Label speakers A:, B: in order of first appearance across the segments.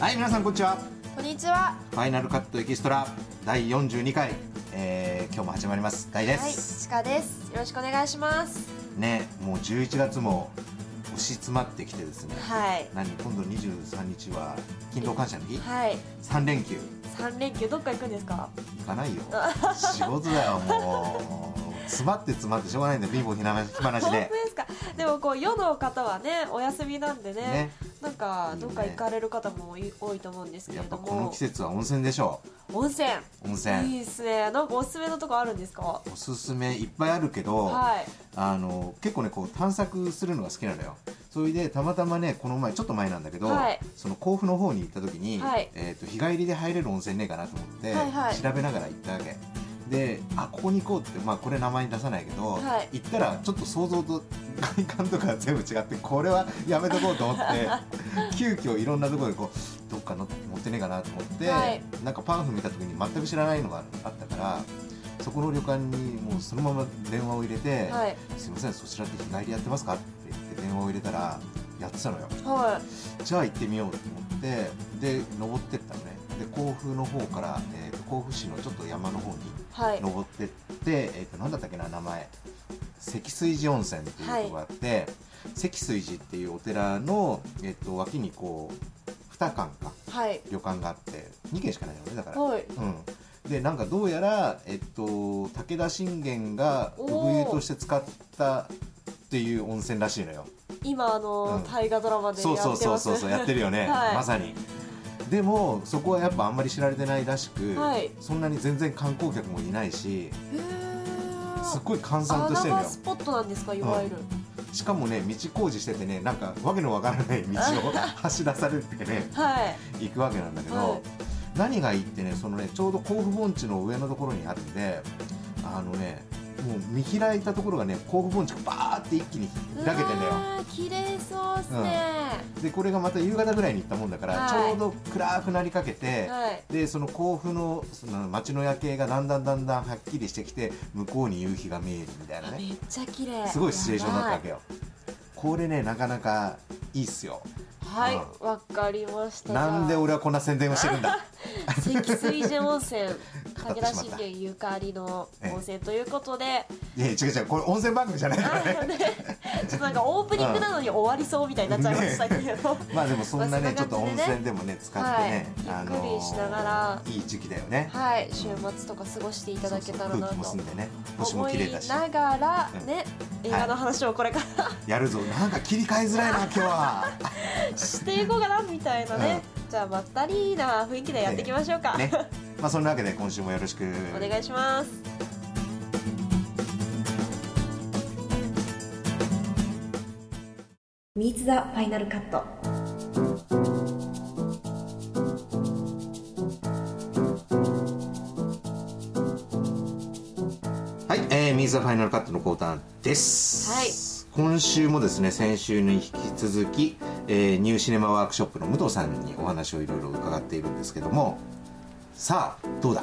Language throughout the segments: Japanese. A: はい皆さんこんにちは
B: こんにちは。
A: ファイナルカットエキストラ第42回、えー今日も始まります大で
B: はい、
A: す、
B: ちかです。よろしくお願いします。
A: ねもう11月も押し詰まってきてですね
B: はい。
A: 何今度23日は勤労感謝の日
B: はい。
A: 3連休
B: 三連休どっか行くんですか。
A: 行かないよ仕事だよもう詰まって詰まってしょうがないんだよ貧乏ひな暇なし
B: 本当で
A: です
B: か。でもこう世の方はね、お休みなんでね、
A: ね
B: なんかどっか行かれる方もい多いと思うんですけ
A: や
B: れ
A: っぱ
B: ど
A: この
B: も
A: 季。節は温泉でしょ
B: 温泉。
A: う温
B: い
A: 泉
B: いですね。なんかおすすめのとこあるんですか。
A: おすすめいっぱいあるけど、
B: はい。
A: あの結構ねこう探索するのが好きなのよそれでたまたまねこの前ちょっと前なんだけど、
B: はい
A: その甲府の方に行った時に、
B: はい
A: えー、と日帰りで入れる温泉ねえかなと思って、
B: はいはい
A: 調べながら行ったわけであここに行こうって、まあ、これ名前に出さないけど、
B: はい
A: 行ったらちょっと想像と外観とか全部違ってこれはやめとこう と思って急遽いろんなところでこうどっかの持ってねえかなと思って、
B: はい
A: なんかパンフ見た時に全く知らないのがあったからそこの旅館にもうそのまま電話を入れて、
B: はい。
A: すいませんそちらって日帰りやってますかって言って電話を入れたらやってたのよ
B: は
A: じゃあ行ってみようと思ってで登ってったのねで甲府の方から、えーと甲府市のちょっと山の方に
B: い。はい。
A: 登ってって、えー、と何だったっけな名前積水寺温泉っていうとこがあって、積水寺っていうお寺の、えー、と脇にこう2間か
B: はい。
A: 旅館があって2軒しかないのねだから
B: はい。
A: うん、でなんかどうやら、えっと、武田信玄が産湯として使ったっていう温泉らしいのよ
B: 今あの、
A: うん
B: 大河ドラマでや
A: そ
B: っ
A: う
B: て
A: そ
B: ま
A: う
B: す。
A: そうそうそうやっ てるよね、
B: はい
A: まさにでもそこはやっぱあんまり知られてないらしく、
B: はい
A: そんなに全然観光客もいないし
B: へー
A: すっごい閑散とし
B: 穴
A: てるの
B: 場
A: よ
B: スポットなんですかいわゆる、
A: しかもね道工事しててねなんかわけのわからない道を 走らされてね
B: はい
A: 行くわけなんだけど、
B: はい
A: 何がいいってねそのねちょうど甲府盆地の上のところにあるんであのねもう見開いたところがね甲府盆地がバーって一気に開けてんだよ
B: うわー綺麗そうですね、
A: でこれがまた夕方ぐらいに行ったもんだから、
B: はい
A: ちょうど暗くなりかけて、
B: はい
A: でその甲府のその街の夜景がだんだんだんだんはっきりしてきて向こうに夕日が見えるみたいなね
B: めっちゃ綺麗
A: すごいシチュエーションだったわけよこれねなかなかいいっすよ
B: はいうわかりました
A: なんで俺はこんな宣伝をしてるんだ
B: 積水寺温泉
A: 語って
B: 武
A: しまった
B: 田信玄ゆかりの温泉ということで、
A: いやいや違う違うこれ温泉番組じゃないからね
B: あのね ちょっとなんかオープニングなのに終わりそうみたいになっちゃいましたけど、
A: まあでもそんな
B: ま
A: ねち
B: あ
A: ょっ
B: そ
A: と
B: んな感じ
A: 温
B: でね
A: 泉でもね使ってね、
B: はい
A: ー
B: ゆっくりしながら
A: いい時期だよね。
B: はい週末とか過ごしていただけたらな
A: そうそう空
B: と
A: 気も澄んでね星も
B: 思
A: 綺麗
B: い
A: だし
B: ながらね、
A: ん
B: 映画の話をこれから
A: やるぞなんか切り替えづらいな今 日は。
B: していこうかなみたいなね、じゃあまったりな雰囲気でやっていきましょうか、
A: ね。まあそんなわけで今週もよろしく。
B: お願いします
C: ミーツザファイナルカット。
A: はい、えー、ミーズファイナルカットのコーターです。はい。今週もですね先週に引き続き、えーニューシネマワークショップの武藤さんにお話をいろいろ伺っているんですけども、さあ どうだ。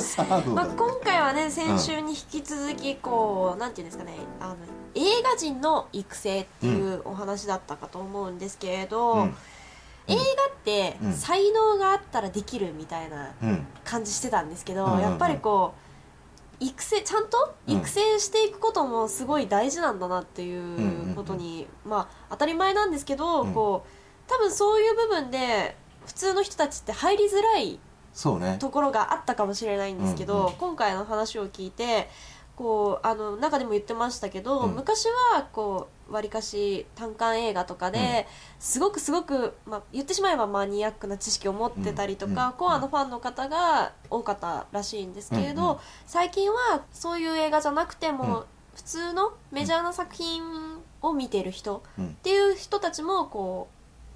A: さあどう
B: ま
A: だ。
B: あ、今回はね先週に引き続きこう、なんていうんですかねあの映画人の育成っていうお話だったかと思うんですけれど、
A: うん
B: 映画って
A: うん
B: 才能があったらできるみたいな
A: うん
B: 感じしてたんですけど、
A: うんうんうん
B: やっぱりこう育成ちゃんと
A: うん
B: 育成していくこともすごい大事なんだなっていうことに、まあ当たり前なんですけど、
A: うん
B: こう多分そういう部分で普通の人たちって入りづらい
A: そうね。
B: ところがあったかもしれないんですけど、
A: うんうん
B: 今回の話を聞いてこうあの中でも言ってましたけど、
A: うん
B: 昔はこうわりかし単館映画とかで、すごくすごく、まあ、言ってしまえばマニアックな知識を持ってたりとか、
A: うん
B: コアのファンの方が多かったらしいんですけれど、
A: うんうん
B: 最近はそういう映画じゃなくても、
A: うん
B: 普通のメジャーな作品を見てる人
A: うん
B: っていう人たちもこ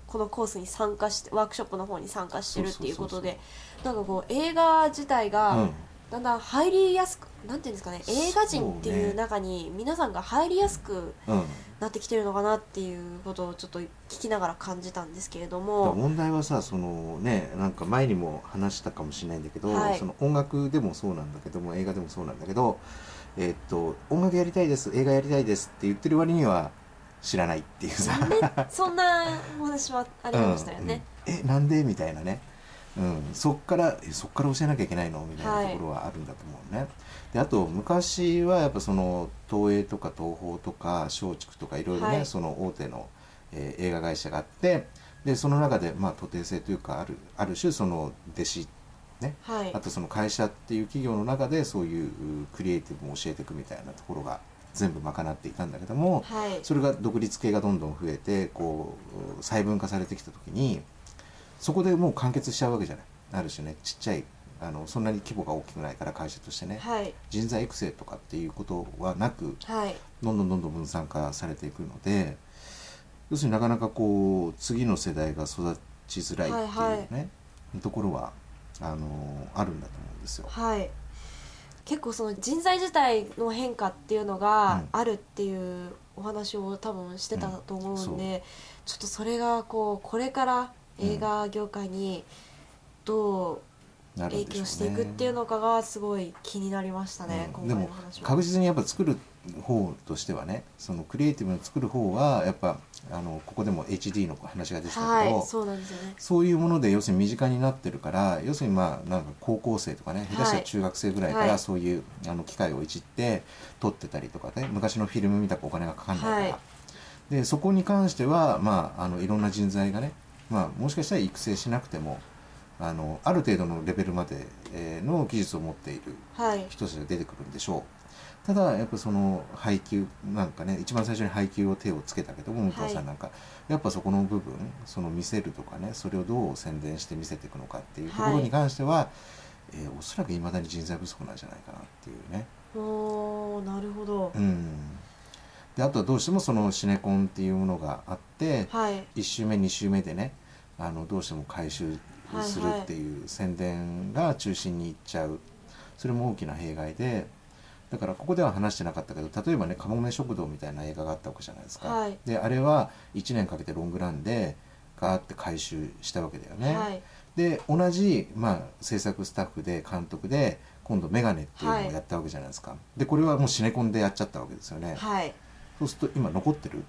B: うこのコースに参加してワークショップの方に参加してるっていうことでなんかこう映画自体
A: う
B: が
A: ん。
B: だんだん入りやすく、なんていうんですかね映画人って
A: そう
B: い
A: ね
B: う中に皆さんが入りやすく
A: うん
B: なってきてるのかなっていうことをちょっと聞きながら感じたんですけれど
A: だから
B: も
A: 問題はさそのねなんか前にも話したかもしれないんだけど、
B: はい
A: その音楽でもそうなんだけども映画でもそうなんだけど、えっと音楽やりたいです映画やりたいですって言ってる割には知らないっていうさ
B: ねそんなお話はありましたよね、
A: うんうんえなんでみたいなね、うん、そっからえそっから教えなきゃいけないのみたいなところはあるんだと思うね、であと昔はやっぱその東映とか東宝とか松竹とかいろいろね、
B: はい
A: その大手の、えー映画会社があってでその中でまあ徒弟制というかあるある種その弟子ね
B: はい
A: あとその会社っていう企業の中でそういううクリエイティブを教えていくみたいなところが全部賄っていたんだけども、
B: はい
A: それが独立系がどんどん増えてこう細分化されてきた時にそこでもう完結しちゃうわけじゃないある種ねちっちゃいあのそんなに規模が大きくないから会社としてね、
B: はい
A: 人材育成とかっていうことはなく
B: はい
A: どんどんどんどん分散化されていくので要するになかなかこう次の世代が育ちづらいっていうね、
B: はい
A: ところはあのあるんだと思うんですよ。
B: はい結構その人材自体の変化っていうのがあるっていうお話を多分してたと思うんで、ちょっとそれがこうこれから映画業界にどう
A: なるん
B: 影
A: でょ
B: 響
A: うね
B: していくっていうのかがすごい気になりましたね、
A: うんで
B: 今回
A: も
B: の話は。
A: 確実にやっぱ作る方としてはねそのクリエイティブの作る方はやっぱあのここでも HD の話が出てたけど、
B: はい、そうなんですよね。
A: そういうもので要するに身近になってるから要するにまあなんか高校生とかね
B: い
A: 下手したら中学生ぐらいか
B: は
A: ら
B: い
A: そういう、あの機械をいじって撮ってたりとかね昔のフィルム見たくお金がかかんないから、
B: はい
A: でそこに関してはまああのいろんな人材がね、まあ、もしかしたら育成しなくてもあのある程度のレベルまでえーの技術を持っている
B: はい、
A: 人たちが出てくるんでしょうただやっぱその配給なんかね一番最初に配給を手をつけたけども
B: はい
A: 武藤さんなんか、やっぱそこの部分その見せるとかねそれをどう宣伝して見せていくのかっていうところ
B: は
A: に
B: い
A: 関しては、えーおそらくいまだに人材不足なんじゃないかなっていうね。
B: おーなるほど
A: う。んであとはどうしてもそのシネコンっていうものがあって、
B: はい、
A: 1周目2周目でねあのどうしても回収するっていう宣伝が中心にいっちゃうそれも大きな弊害でだからここでは話してなかったけど例えばね「かもめ食堂」みたいな映画があったわけじゃないですか、
B: はい
A: であれは1年かけてロングランでガーって回収したわけだよね、
B: はい、
A: で同じ、まあ、制作スタッフで監督で今度「メガネ」っていうのをやったわけじゃないですか、でこれはもうシネコンでやっちゃったわけですよね、
B: はい、
A: そうすると今残ってる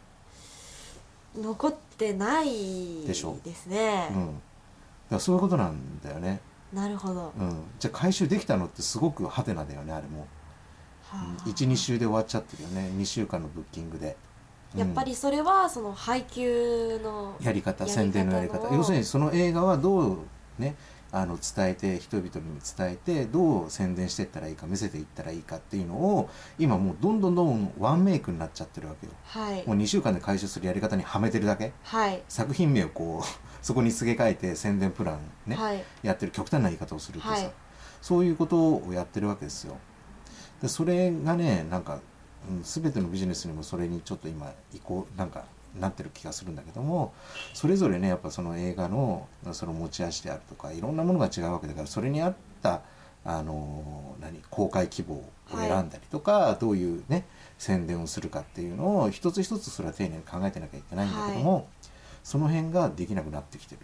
B: 残ってない
A: でしょ
B: ですね
A: う。ん、だからそういうことなんだよね
B: なるほど。
A: うん、じゃあ回収できたのってすごくハテナだよねあれも12週で終わっちゃってるよね2週間のブッキングで、うん
B: やっぱりそれはその配給の
A: やり
B: やり方
A: 方
B: の
A: 宣伝のやり方要するにその映画はどうねあの伝えて人々に伝えてどう宣伝していったらいいか見せていったらいいかっていうのを今もうどんどんどんワンメイクになっちゃってるわけよ
B: はい
A: もう2週間で回収するやり方にはめてるだけ
B: はい
A: 作品名をこう そこにすげ替えて宣伝プランね、
B: はい
A: やってる極端な言い方をするとさ、
B: はい
A: そういうことをやってるわけですよでそれがねなんか、うん、全てのビジネスにもそれにちょっと今移行なんかなってる気がするんだけどもそれぞれねやっぱその映画のその持ち味であるとかいろんなものが違うわけだからそれに合ったあのー何公開規模を選んだりとか、どういうね宣伝をするかっていうのを一つ一つそれは丁寧に考えてなきゃいけないんだけども、その辺ができなくなってきてる。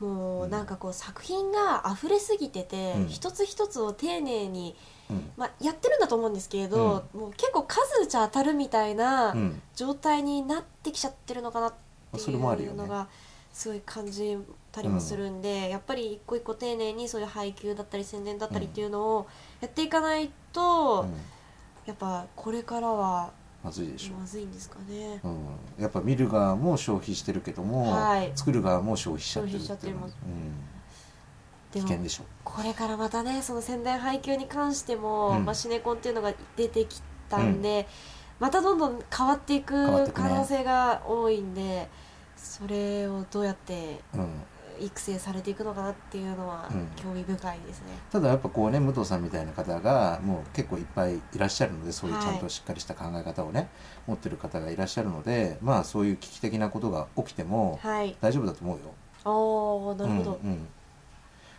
B: もうなんかこう作品が溢れすぎてて、
A: うん
B: 一つ一つを丁寧に、
A: うん
B: まあ、やってるんだと思うんですけれど、もう結構数打ち当たるみたいな
A: うん
B: 状態になってきちゃってるのかなって
A: そ
B: い
A: れもあるよ
B: う
A: ね
B: のがすごい感じたりもするんで、やっぱり一個一個丁寧にそういう配給だったり宣伝だったりっていうのをやっていかないと、
A: うん
B: やっぱこれからは
A: まずいでしょ
B: まずいんですかね。
A: うん、やっぱ見る側も消費してるけども、
B: はい
A: 作る側も消費しちゃってる
B: 消費しちゃって
A: うん
B: ます、
A: 危
B: でも
A: 険でしょ
B: これからまたねその宣伝配給に関しても、
A: うん
B: まあ、シネコンっていうのが出てきたんで、またどんどん変わってい
A: わっ
B: く
A: ていく
B: 可
A: ね
B: 能性が多いんで、それをどうやって
A: う、うん、
B: 育成されていくのかなっていうのは
A: うん
B: 興味深いですね。
A: ただやっぱこうね武藤さんみたいな方がもう結構いっぱいいらっしゃるのでそういう
B: はい
A: ちゃんとしっかりした考え方をね、持ってる方がいらっしゃるのでまあそういう危機的なことが起きても
B: はい、
A: 大丈夫だと思うよ、
B: おーなるほど、
A: うんうん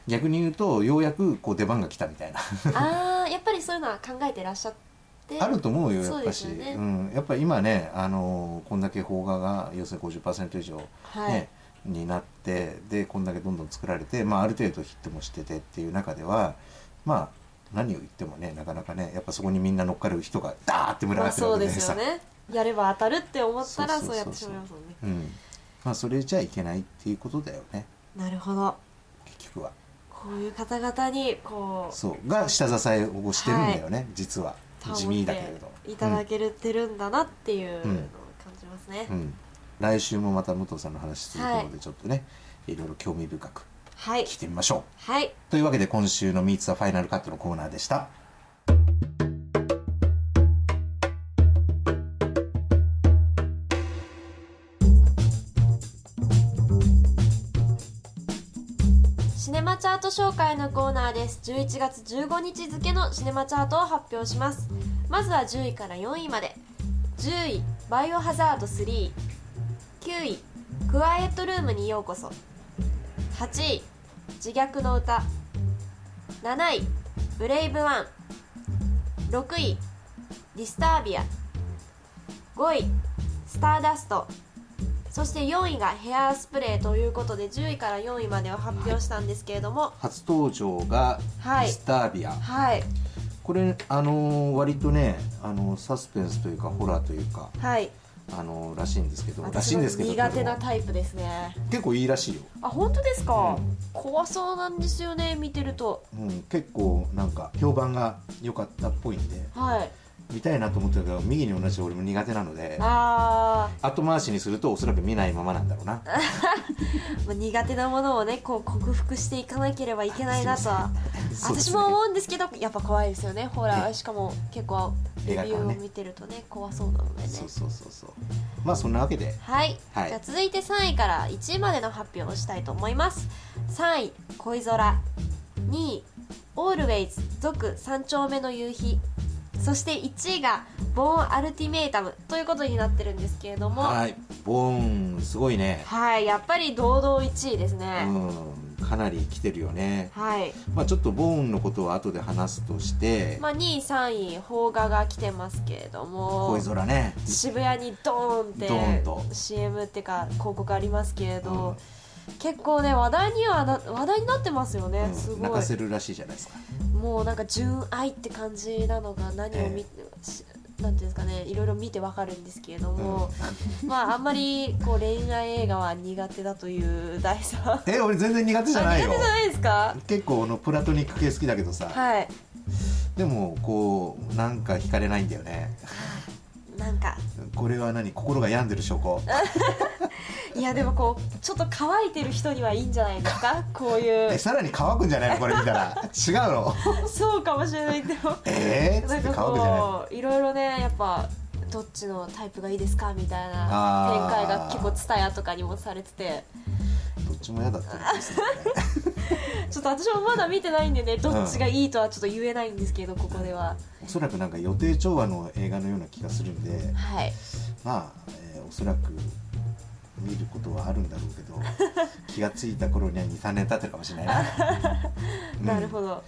A: 逆に言うとようやくこう出番が来たみたいな
B: あーやっぱりそういうのは考えてらっしゃって
A: あると思うよや
B: そう
A: っぱ
B: で
A: し
B: すよね
A: ん、やっぱ今ね、あのーこんだけ邦画が要するに50%以上、ね
B: はい
A: になってでこんだけどんどん作られて、まあ、ある程度ヒットもしててっていう中ではまあ何を言ってもねなかなかねやっぱそこにみんな乗っかる人がダーって群が
B: まあ、
A: ってる
B: そ
A: わ
B: う
A: け
B: で
A: ですさ、
B: よねやれば当たるって思ったらそ
A: そうそううそう
B: やっ
A: そう
B: てしまいますもんね
A: うんまあ、それじゃいけないっていうことだよね
B: なるほど
A: 結局は
B: こういう方々にこう
A: そうが下支えをしてるんだよね、実は
B: 保って
A: 地味だけれど
B: いただけてるんだなっていうのを感じますね、
A: うんうん、来週もまた武藤さんの話続くの
B: は
A: でちょっとね、い、ろいろ興味深く
B: はい
A: 聞いてみましょう
B: はい
A: というわけで今週の「ミーツ・ザ・ファイナルカット」のコーナーでした
B: シネマチャート紹介のコーナーです11月15日付のシネマチャートを発表しますまずは10位から4位まで10位「バイオハザード39位「クワイエットルームにようこそ」8位「自虐の歌」7位「ブレイブワン」6位「ディスタービア」5位「スターダスト」そして4位がヘアスプレーということで10位から4位までを発表したんですけれども
A: 初登場が「
B: はい
A: ミスタービア」
B: はい
A: これあのー割とねあのーサスペンスというかホラーというか
B: はい
A: あのーらしいんですけどらし
B: 私
A: いん
B: の
A: ですけど
B: 苦手な
A: これも
B: タイプですね
A: 結構いいらしいよ、
B: あ本当ですか、
A: う
B: 怖そうなんですよね見てると
A: うん、結構なんか評判が良かったっぽいんで
B: はい
A: 見たいなと思ってたけど右に同じ俺も苦手なので
B: あ
A: 後回しにするとおそらく見ないままなんだろうな
B: ー、まあ、苦手なものをねこう克服していかなければいけないなとは、
A: そうで
B: 私
A: すね
B: も思うんですけどやっぱ怖いですよねホラー
A: ね
B: しかも結構レビ
A: 映画
B: ュ
A: 館ね
B: ーを見てるとね怖そうなのでね
A: そうそうそうそうまあそんなわけで
B: はい、
A: はい
B: じゃあ続いて3位から1位までの発表をしたいと思います3位「恋空」2位「オールウェイズ」続3丁目の夕日そして1位が「ボーン・アルティメイタム」ということになってるんですけれどもはい、
A: はいボーンすごいね
B: やっぱり堂々1位ですね、
A: うんかなり来てるよね
B: はい
A: まあちょっとボーンのことは後で話すとして、
B: まあ、2位3位邦画が来てますけれども
A: 恋空ね
B: 渋谷にドーンって
A: ドーンと
B: CM っていうか広告ありますけれ
A: うん
B: ど、結構ね話題にはな話題になってますよね、
A: うん
B: す
A: 泣
B: ごい
A: かせるらしいじゃないですか
B: もうなんか純愛って感じなのが何を見、しなんていうんですかねいろいろ見てわかるんですけれども、まああんまりこう恋愛映画は苦手だという大さんあ
A: え俺全然苦手じ
B: 苦
A: ゃないよ
B: 手じゃないですか
A: 結構あのプラトニック系好きだけどさ、
B: はい
A: でもこうなんか惹かれないんだよね
B: なんか
A: これは何心が病んでる証拠
B: いやでもこうちょっと乾いてる人にはいいんじゃないですかこうい
A: え
B: う
A: さらに乾くんじゃないのこれ見たら違うの
B: そうかもしれないでも
A: えー、っつ
B: な
A: っ
B: ん
A: て
B: か
A: 乾くじゃないの
B: こういろいろねやっぱどっちのタイプがいいですかみたいな
A: あー
B: 展開が結構ツタヤとかにもされてて
A: どっちも嫌だったんですよね
B: ちょっと私もまだ見てないんでねどっちがいいとはちょっと言えないんですけどここでは
A: おそらくなんか予定調和の映画のような気がするんで
B: はい
A: まあ、えーおそらく見ることはあるんだろうけ ど気がついた頃には23年経ってるかもしれないなうん
B: なるほど、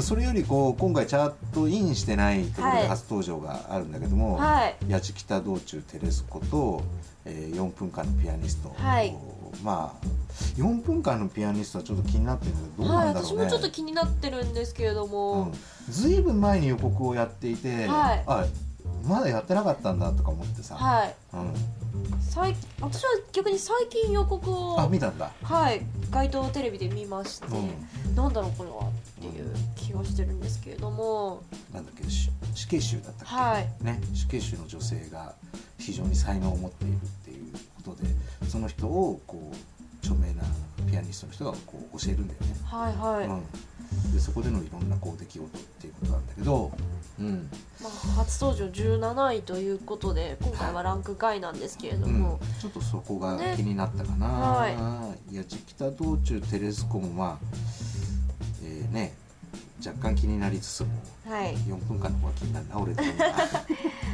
A: それよりこう今回チャートインしてないところ
B: は
A: で
B: い
A: 初登場があるんだけども
B: はい
A: 「やちきた道中テレスコ」と「えー4分間のピアニスト」
B: はい
A: まあ4分間のピアニストはちょっと気になってるんだけどどう
B: はい
A: なんだろ
B: 私
A: うね、
B: もちょっと気になってるんですけれど
A: う
B: も
A: ん、、ずいぶん前に予告をやっていて、
B: はい
A: あまだやってなかったんだとか思ってさ、
B: はい
A: うん、
B: 最私は逆に最近予告を
A: あ見たんだ、
B: はい街頭テレビで見まして、
A: うん
B: なんだろうこれはっていう気がしてるんですけれども
A: なんだっけし死刑囚だったっけ、
B: はい
A: ね、死刑囚の女性が非常に才能を持っているっていうことでその人をこう著名なピアニストの人がこう教えるんだよね、
B: はいはい、ま
A: うん、でそこでのいろんなこう出来事っていうことなんだけど、うん、
B: あ、初登場17位ということで今回はランク外なんですけれど
A: うん
B: も、、
A: ちょっとそこが
B: ね
A: 気になったかな、、
B: はい
A: や「ちきた道中テレスコ」もまあえーね若干気になりつつも
B: はい
A: 4分間の方が気になるな俺的 には、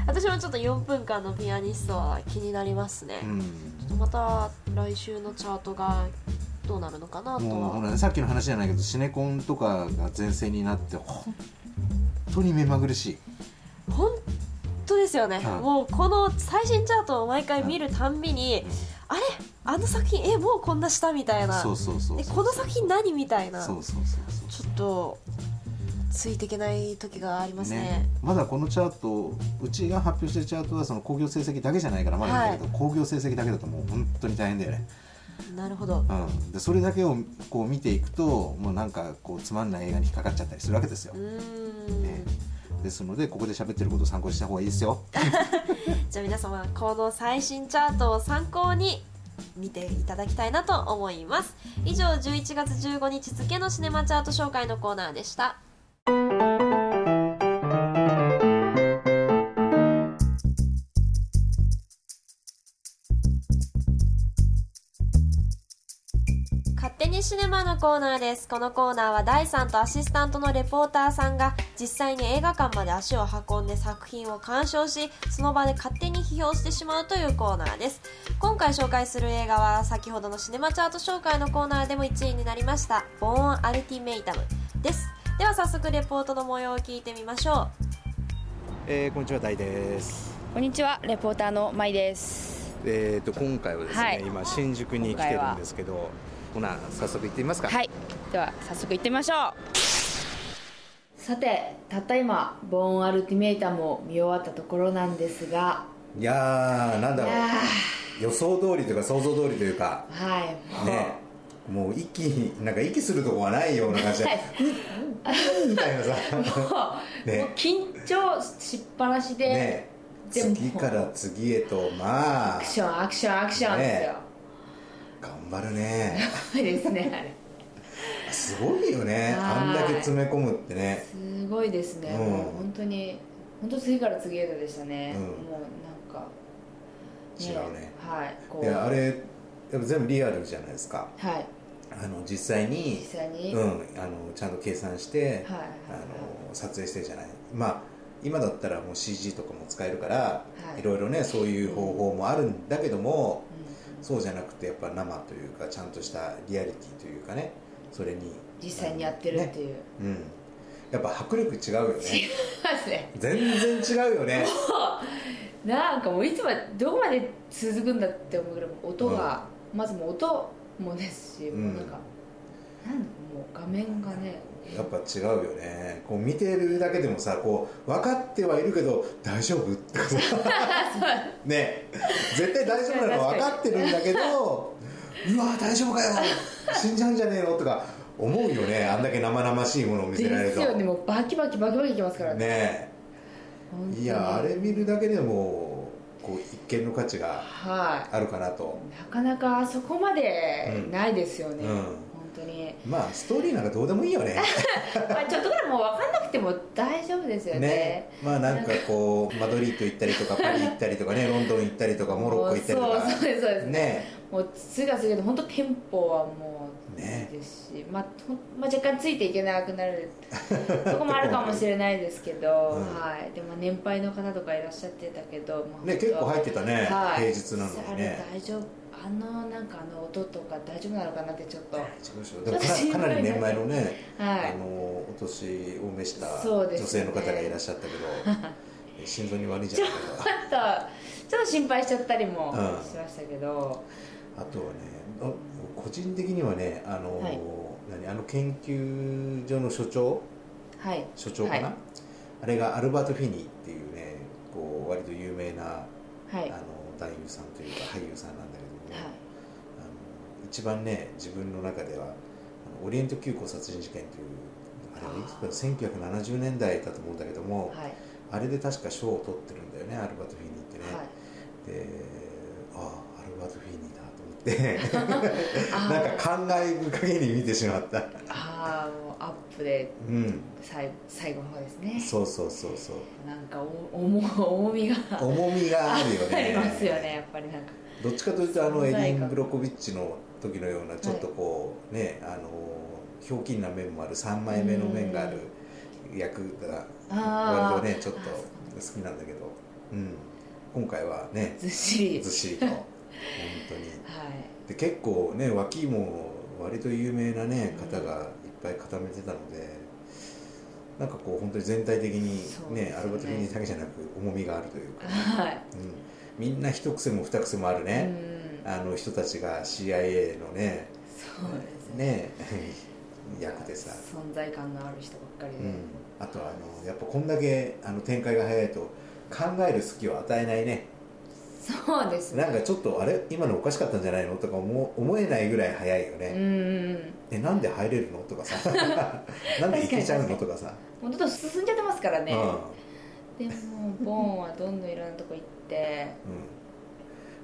B: 私もちょっと4分間のピアニストは気になりますね、
A: うん、
B: また来週のチャートがどうなるのかなと
A: もうほ
B: は
A: らさっきの話じゃないけどシネコンとかが前線になって本当に目まぐるしい
B: 本当ですよね、
A: うん
B: もうこの最新チャートを毎回見るたんびに、あれあの作品えもうこんなしたみたいな
A: そうそうそう
B: え
A: そう
B: この作品何みたいな
A: そうそうそうそう
B: ちょっとついていけない時がありますね
A: まだこのチャートうちが発表してるチャートはその工業成績だけじゃないからまだいいんだけど、工業成績だけだともう本当に大変だよね、
B: なるほど
A: うん、でそれだけをこう見ていくともうなんかこうつまんない映画に引っかかっちゃったりするわけですよ、
B: うーん、
A: ねですのでここで喋ってることを参考にした方がいいですよ
B: じゃあ皆様この最新チャートを参考に見ていただきたいなと思います以上11月15日付のシネマチャート紹介のコーナーでした勝手にシネマのコーナーですこのコーナーは第3とアシスタントのレポーターさんが実際に映画館まで足を運んで作品を鑑賞しその場で勝手に批評してしまうというコーナーです今回紹介する映画は先ほどのシネマチャート紹介のコーナーでも1位になりました「ボーン・アルティメイタム」ですでは早速レポートの模様を聞いてみましょ
A: えー、こんにちは大です。
D: こんにちは、レポーターの舞です。
A: えー、と今回はですね、
D: はい
A: 今新宿に来てるんですけど、ほな早速行ってみますか。
D: はい、では早速行ってみましょ
E: さてたった今「ボーン・アルティメイタム」を見終わったところなんですが
A: いやーなんだ
E: い
A: ろう
E: や
A: 予想通りというか想像通りというか
E: ーはいもう
A: ねもう息になんか息するとこがないような感じでうんうんみたいなさね
E: もう緊張しっぱなしで、
A: ね
E: でも
A: 次から次へとまあ
E: アクションアクションアクションですよ、
A: ね頑張るね
E: はいですねあれ
A: すごいよね
E: はい
A: あんだけ詰め込むってね
E: すごいですね、
A: うん
E: もう本当に本当次から次へとでしたね、
A: うん
E: もうなんか、
A: 違うね
E: はいこ
A: いうやあれやっぱ全部リアルじゃないですか
E: はい
A: あの実際に
E: 実際に、
A: う
E: はい
A: ん、あのちゃんと計算して、
E: はいはい
A: あの撮影してるじゃないまあ今だったらもう CG とかも使えるから、
E: はい
A: いろいろねそういう方法もあるんだけども、
E: うん
A: そうじゃなくてやっぱ生というかちゃんとしたリアリティというかねそれに
E: 実際にやってるって
A: ね
E: いう、
A: うんやっぱ迫力違う よ
E: 違い
A: ね
E: ます ね
A: 全然違うよね
E: なんかもういつまでどこまで続くんだって思うぐらい音が、まずもう音もですし、
A: うん
E: もうなんかなんだろうもう画面がね
A: やっぱ違うよねこう見てるだけでもさこう分かってはいるけど大丈夫っ てことね絶対大丈夫なの分かってるんだけ どうわ大丈夫かよ死んじゃうんじゃねえのとか思うよねあんだけ生々しいものを見せら
E: で
A: れる
E: す
A: と
E: よねもうバキバキバキバキいきますからね
A: ね
E: 本当に
A: いやあれ見るだけでもこう一見の価値が
E: は
A: あるかなと
E: いなかなかそこまで
A: うん
E: ないですよね、
A: うん
E: 本当に
A: まあストーリーなんかどうでもいいよね
E: まあちょっとぐらいもう分かんなくても大丈夫ですよね
A: ねまあなんかこうマドリード行ったりとかパリ行ったりとか ねロンドン行ったりとかモロッコ行ったりと
E: もうそうそう
A: か
E: ですそうです、
A: ね
E: もうすがすがで本当テンポはもう
A: ね
E: いいですし、まあとまあ、若干ついていけなくな るそこもあるかもしれないですけど、
A: うん
E: はい、でも年配の方とかいらっしゃってたけど、まあ
A: ね結構入ってたね、
E: はい
A: 平日なの
E: あ
A: に
E: れ
A: ね
E: 大丈夫あのなんかあの音とか大丈夫なのかなってちょっと、
A: 大丈夫でしょでもかなかなり年前のね、
E: はい
A: あのお年を召した
E: そう
A: 女
E: ですね
A: 性の方がいらっしゃったけど、心臓に悪いんじゃないか
E: ちょっとちょっと心配しちゃったりも
A: うん
E: しましたけど、
A: とあとはねあ個人的にはねあの、
E: はい
A: 何あの研究所の所長
E: はい
A: 所長かな、
E: はい
A: あれがアルバート・フィニーっていうねこう割と有名な、
E: はい
A: あの男優さんというか俳優さんなんだけども、あの一番ね自分の中ではあのオリエント急行殺人事件というあれはいつだ1970年代だと思うんだけども、
E: はいはい
A: あれで確か賞を取ってるんだよねアルバート・フィニーってね、
E: はい
A: でああアルバート・フィニーだと思って
E: あ
A: なんか感慨深げに見てしまった
E: あーもうアップで
A: うん
E: 最最後の方ですね
A: そうそうそうそう
E: なんかお重重みが
A: 重みがあるよね
E: ありますよねやっぱりなんか
A: どっちかというとあのエ
E: 存在
A: リ
E: 感
A: ン・ブロコビッチの時のようなちょっとこう、ねあのひょうきんな面もある3枚目の面がある役が
E: あー
A: 割とねちょっと
E: あ
A: 好
E: そう
A: きなんだけど、うん、今回はね
E: ずっしり
A: ずっしりと本当に
E: はい
A: で結構ね脇も割と有名なね方がいっぱい固めてたのでなんかこう本当に全体的
E: そ
A: に
E: う
A: ね
E: ですよね
A: アルバトリーニだけじゃなく重みがあるというか、
E: はい
A: うん、みんな一癖も二癖もあるね、
E: うん
A: あの人たちが CIA のね
E: そうですね
A: ね 役でさ、
E: 存在感のある人ばっかり
A: う
E: で、
A: ん、あとあのやっぱこんだけあの展開が早いと考える隙を与えないね
E: そうですね
A: なんかちょっとあれ今のおかしかったんじゃないのとか思思えないぐらい早いよ
E: うん
A: ね、
E: うんうん
A: えなんで入れるのとか さなんで行けちゃうのとかさ
E: もうどんどん進んじゃってますからね、
A: うん
E: でもボーンはどんどんいろんなとこ行って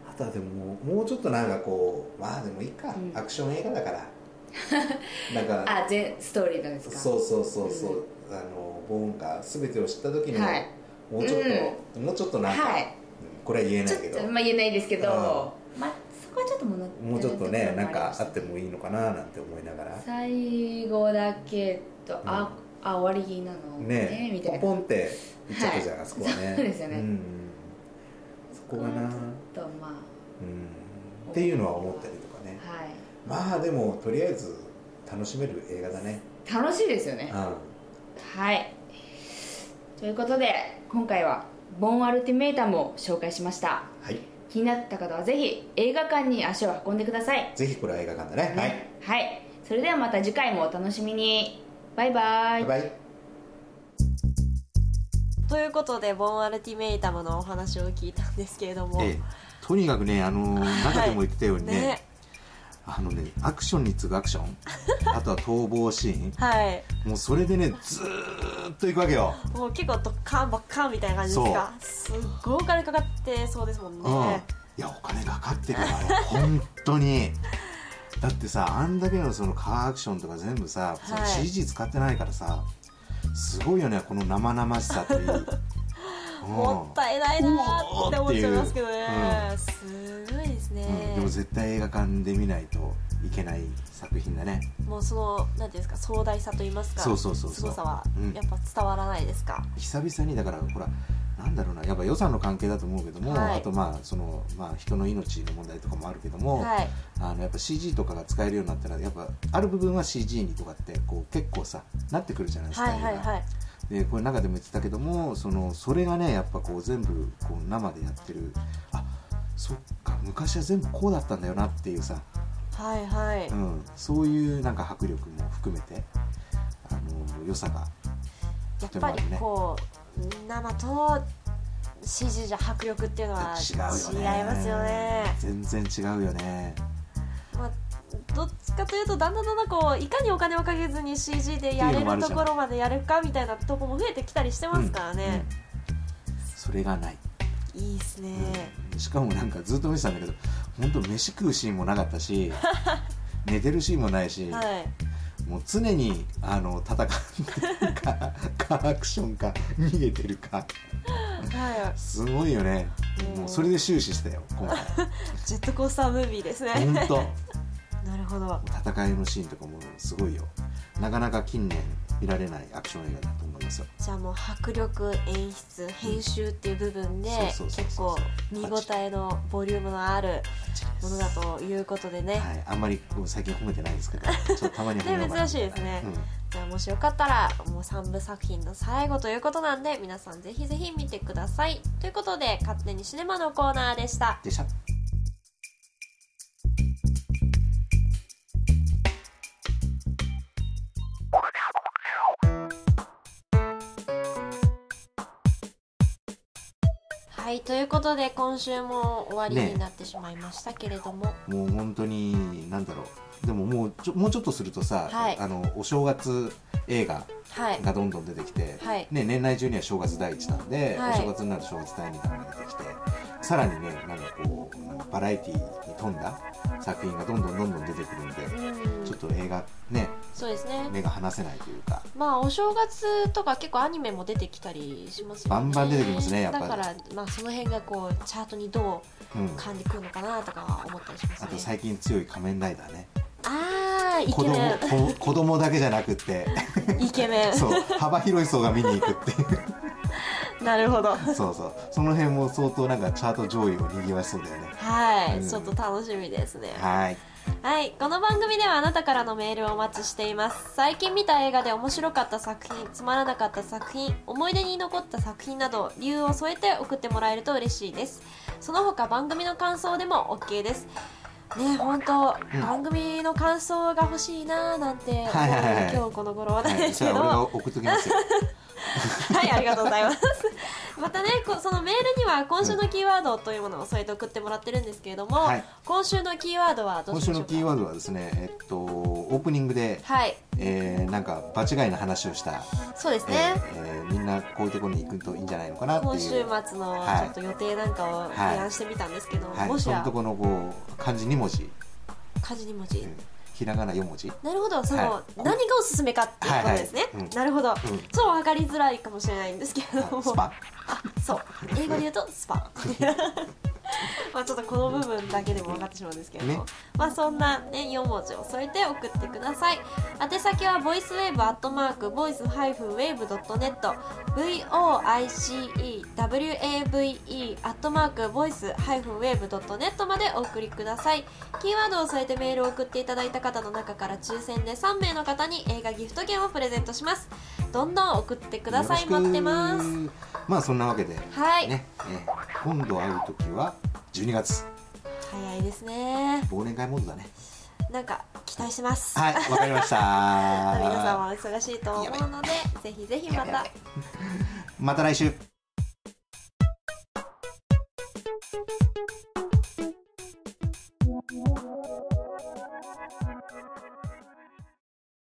A: うん、あとはでももうちょっとなんかこうまあでもいいか、
E: うん
A: アクション映画だから なんか
E: あ全ストーリーなんですか
A: そうそうそうそう、あのボーンが全てを知った時にも、
E: はい
A: もうちょっと、もうちょっとなんか、
E: はい
A: うんこれは言えな
E: ち
A: い
E: ょっ
A: けど
E: とまあ言えないですけど、まあそこはちょっと物
A: もうちょっとねなんかあっててもいいのかななんて思いながら
E: 最後だけと、ああ終わりなのね
A: ね
E: みたい
A: ポン
E: な
A: ポンっていっちゃったじゃん、
E: はい
A: あそこはね
E: そうですよね
A: んそこがな、うん、っ
E: とま
A: ていうのは思ったりとかね
E: あはい
A: まあでもとりあえず楽しめる映画だね
E: 楽しいですよね
A: う
E: はいということで今回は「ボーン・アルティメイタム」を紹介しました
A: んはい
E: 気になった方はぜひ映画館に足を運んでください
A: ぜひこれは映画館だねはい
E: はい、それではまた次回もお楽しみにバイバ
A: バ
E: イ
A: イバイ
B: ということでボーンアルティメイタムのお話を聞いたんですけれども、
A: ええとにかくねあの
B: はい
A: 中でも言ってたようにね,、
B: ね
A: あのねアクションに次ぐアクショ ンあとは逃亡シーン
B: はい
A: もうそれでねずーっと行くわけよ、
B: もう結構ドッカンバッカンみたいな感じですかすっごいお金かかってそうですもん
A: うん、い
B: ね、
A: やお金かかってるよあれ本当にだってさあんだけのそのカーアクションとか全部さ、その
B: はい
A: CG 使ってないからさすごいよねこの生々しさという、うん
B: もったいないなーって思っちゃいますけどね
A: う、
B: すごいですね、
A: うんでも絶対映画館で見ないといけない作品だね
B: もうそのなんていうんですか壮大さと言いますか
A: そうそうそうそう
B: 凄さは
A: うん
B: やっぱ伝わらないですか、
A: 久々にだからほらなんだろうなやっぱ予算の関係だと思うけども、
B: はい
A: あとまあその、まあ、人の命の問題とかもあるけども、
B: はい
A: あのやっぱ CG とかが使えるようになったらやっぱある部分は CG にとかってこう結構さなってくるじゃないですか、
B: はいはい
A: 映画
B: はい
A: でこれ中でも言ってたけどもそのそれがねやっぱこう全部こう生でやってるあそっか昔は全部こうだったんだよなっていうさ、
B: はいはい、
A: うん、そういうなんか迫力も含めてあの良さが
B: やっぱりこう、生と CG じゃ迫力っていうのは
A: 違うよね
B: 違いますよね
A: 全然違うよね
B: まあ、どっちかというとだんだんだんだんこういかにお金をかけずに CG でやれ
A: っていうのもあ
B: る
A: るじ
B: と
A: ゃん
B: ころまでやるかみたいなとこも増えてきたりしてますからね、
A: うんうんそれがない、
B: いいですね、
A: しかもなんかずっと見てたんだけど本当飯食うシーンもなかっ たし寝てるシーンもないし、
B: はい
A: もう常にあの戦ってるかカーアクションか逃げてるか
B: は
A: すごいよね
B: うん
A: もうそれで終始したよ今
B: い
A: 回
B: ジェットコースタームービーですね
A: 本当
B: なるほど
A: 戦いのシーンとかもすごいよなかなか近年見られないアクション映画だと思いますよ
B: じゃあもう迫力演出編集っていう部分で
A: そうそうそう
B: 結
A: そう
B: 構見応えのボリュームのあるものだということでね、
A: はい、あんまりこう最近褒めてないです けどちょっとたまに褒めようかな
B: ね珍しいですねじゃあもしよかったらもう3部作品の最後ということなんで皆さんぜひぜひ見てくださいということで勝手にシネマのコーナーでした
A: でした
B: はいということで今週も終わり
A: ね
B: になってしまいましたけれども、
A: もう本当になんだろうでももうちょもうちょっとするとさ、
B: はい
A: あのお正月映画
B: はい
A: がどんどん出てきて、
B: はい
A: ね、年内中には正月第一弾で、
B: はい
A: お正月になると正月第二弾が出てきてさらにねなんかこうなんかバラエティに富んだ作品がどんどんどんどん出てくるんで、
B: うん
A: ちょっと映画ね
B: そうですね
A: 目が離せないというか
B: まあお正月とか結構アニメも出てきたりしますよね
A: バンバン出てきますねやっぱり
B: だからまあその辺がこうチャートにど
A: うん
B: う感じくるのかなとかは思ったりします
A: あ
B: ね
A: と最近強い仮面ライダーね
B: あーイ
A: 子
B: ケメ
A: 供こ子供だけじゃなくって
B: ンイケメ
A: そう幅広い層が見に行くっていう
B: ンなるほど
A: そうそうその辺も相当なんかチャート上位を賑わしそうだよね
B: はい、
A: うん
B: ちょっと楽しみですね
A: はい
B: はい、この番組ではあなたからのメールをお待ちしています最近見た映画で面白かった作品つまらなかった作品思い出に残った作品など理由を添えて送ってもらえると嬉しいですその他番組の感想でも OK ですねえ本当、
A: うん
B: 番組の感想が欲しいなーなんて、
A: はいはいはい
B: 今日この頃は
A: は
B: ない
A: い
B: です
A: じ
B: け
A: ゃあ
B: ど、
A: 俺が送っときますよ
B: はいありがとうございます またねこそのメールには今週のキーワードというものを添えて送ってもらってるんですけれども、
A: はい
B: 今週のキーワードはどう
A: 今
B: し
A: 週
B: ましょ
A: の
B: う
A: キー
B: か
A: ワードはですねえっとオープニングで、
B: はい
A: えーなんか場違いな話をした、
B: そうです
A: え
B: ね、
A: ーえーみんなこういうところに行くといいんじゃないのかなっていう
B: 今週末のちょっと予定なんかを提案してみたんですけど、
A: は
B: も
A: い、
B: し
A: その
B: や
A: とこのこう漢字2文字、
B: 漢字2文字、
A: うんひらがな4文字
B: なるほどその、
A: はい
B: 何がおすすめかっていうことですね、
A: はいはいうん
B: なるほど、
A: ん
B: そう分かりづらいかもしれないんですけれども
A: スパ
B: そう英語で言うとスパ まあちょっとこの部分だけでも分かってしまうんですけれども、
A: ね
B: まあそんな、ね、4文字を添えて送ってください宛先はボイスウェーブアットマークボイスハイフンウェーブドットネット VOICEWAVE アットマークボイスハイフンウェーブドットネットまでお送りくださいキーワードを添えてメールを送っていただいた方の中から抽選で3名の方に映画ギフト券をプレゼントしますどんどん送ってください待ってます
A: まあそんなわけで、ね
B: はい、
A: えー今度会う時は12月
B: 早いですね
A: 忘年会モードだね
B: なんか期待してます、
A: はいわかりました
B: 皆さんはお忙しいと思うのでぜひぜひまた
A: また来週